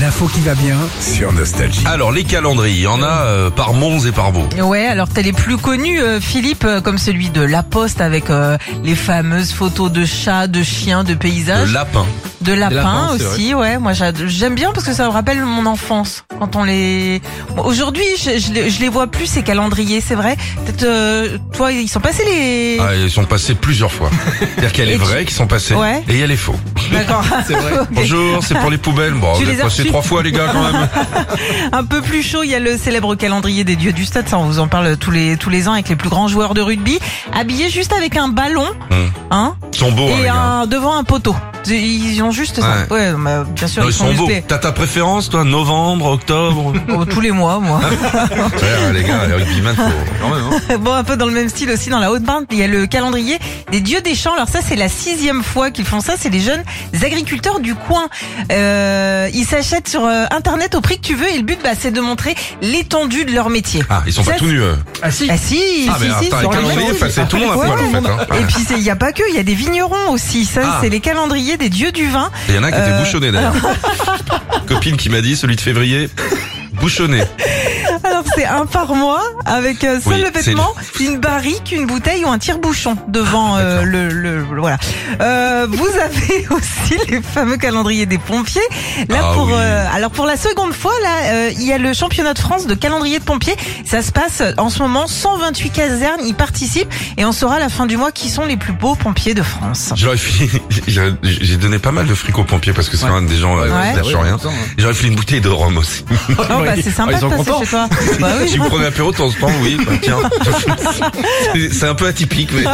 L'info qui va bien sur Nostalgie. Alors les calendriers, il y en a euh, par Mons et par Beau. Ouais, alors t'as les plus connus, euh, Philippe, euh, comme celui de La Poste avec euh, les fameuses photos de chats, de chiens, de Le paysages, lapin. de lapins lapins, c'est aussi. Ouais, moi j'ad- j'aime bien parce que ça me rappelle mon enfance. Quand on les, Bon, aujourd'hui, je, je les- je les vois plus ces calendriers, c'est vrai. Peut-être euh, toi, ils sont passés les. Ah, ils sont passés plusieurs fois. C'est-à-dire qu'il y a les Et tu- vrais qui sont passés Ouais. et il y a les faux. D'accord. C'est vrai. Ok. Bonjour, c'est pour les poubelles. Bon, Tu vous les êtes as passés reçus trois fois les gars quand même. Un peu plus chaud, il y a le célèbre calendrier des dieux du stade. Ça, on vous en parle tous les tous les ans avec les plus grands joueurs de rugby, habillés juste avec un ballon, Hum. hein. Ils sont beaux hein, les et gars. un, devant un poteau. Ils ont juste ça. Ouais, bah, bien sûr, Non, ils sont beaux. musclés. T'as ta préférence toi Novembre, octobre Oh, tous les mois, moi. Ouais, Les gars, les rugbyman, faut... Quand même, hein. bon, un peu dans le même style aussi, dans la Haute-Marne, il y a le calendrier des dieux des champs. Alors ça, c'est la sixième fois qu'ils font ça. C'est les jeunes agriculteurs du coin. Euh, ils s'achètent sur euh, Internet au prix que tu veux et le but, bah, c'est de montrer l'étendue de leur métier. Ah, ils sont pas Ça, tout nus. eux. Ah Eh, si. Ah si, Ah si, mais si, attends, sur les les calendriers, réseaux. enfin, c'est tout le monde à Ouais, poil en ouais. fait. hein. Et puis, c'est- il n'y a pas que, il y a des vignerons aussi. Ça, Ah. c'est les calendriers des dieux du vin. Il y en a qui étaient Euh, bouchonnés d'ailleurs. Copine qui m'a dit celui de février, bouchonné. Alors c'est un par mois avec euh, seul Oui, le vêtement, une barrique, une bouteille ou un tire-bouchon devant Ah, euh, d'accord. le, le- le- voilà. Euh, vous avez aussi les fameux calendriers des pompiers. Là Ah pour oui. euh, alors pour la seconde fois là, euh, il y a le championnat de France de calendrier de pompiers. Ça se passe euh, en ce moment 128 casernes y participent et on saura à la fin du mois qui sont les plus beaux pompiers de France. J'aurais filé, j'aurais- j'ai donné pas mal de fric aux pompiers parce que c'est Ouais. un des gens euh, eh. Ouais. qui lâchent rien. J'aurais filé une bouteille de rhum aussi. Oh, bah, Ah, c'est sympa ils sont de passer contents. chez toi. Bah oui. Si vous prenez un apéro de temps en temps, oui, bah, tiens. C'est- c'est un peu atypique, mais.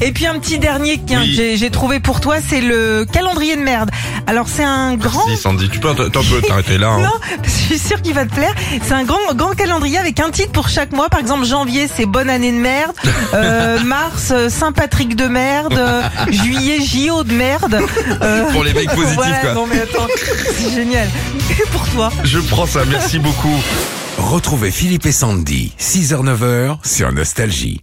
Et puis un petit dernier tiens, Oui. que j'ai- j'ai trouvé pour toi, c'est le calendrier de merde. Alors c'est un grand... Si, Sandy, tu peux, t'en peux t'arrêter là. hein. Non, je suis sûre qu'il va te plaire. C'est un grand, grand calendrier avec un titre pour chaque mois. Par exemple, janvier, c'est Bonne année de merde. Euh, mars, euh, Saint-Patrick de merde. Euh, juillet, JO de merde. Euh, Pour les mecs positifs, voilà, quoi. non mais attends, c'est génial. Et pour toi Je prends ça, merci beaucoup. Retrouvez Philippe et Sandy, 6h-9h sur Nostalgie.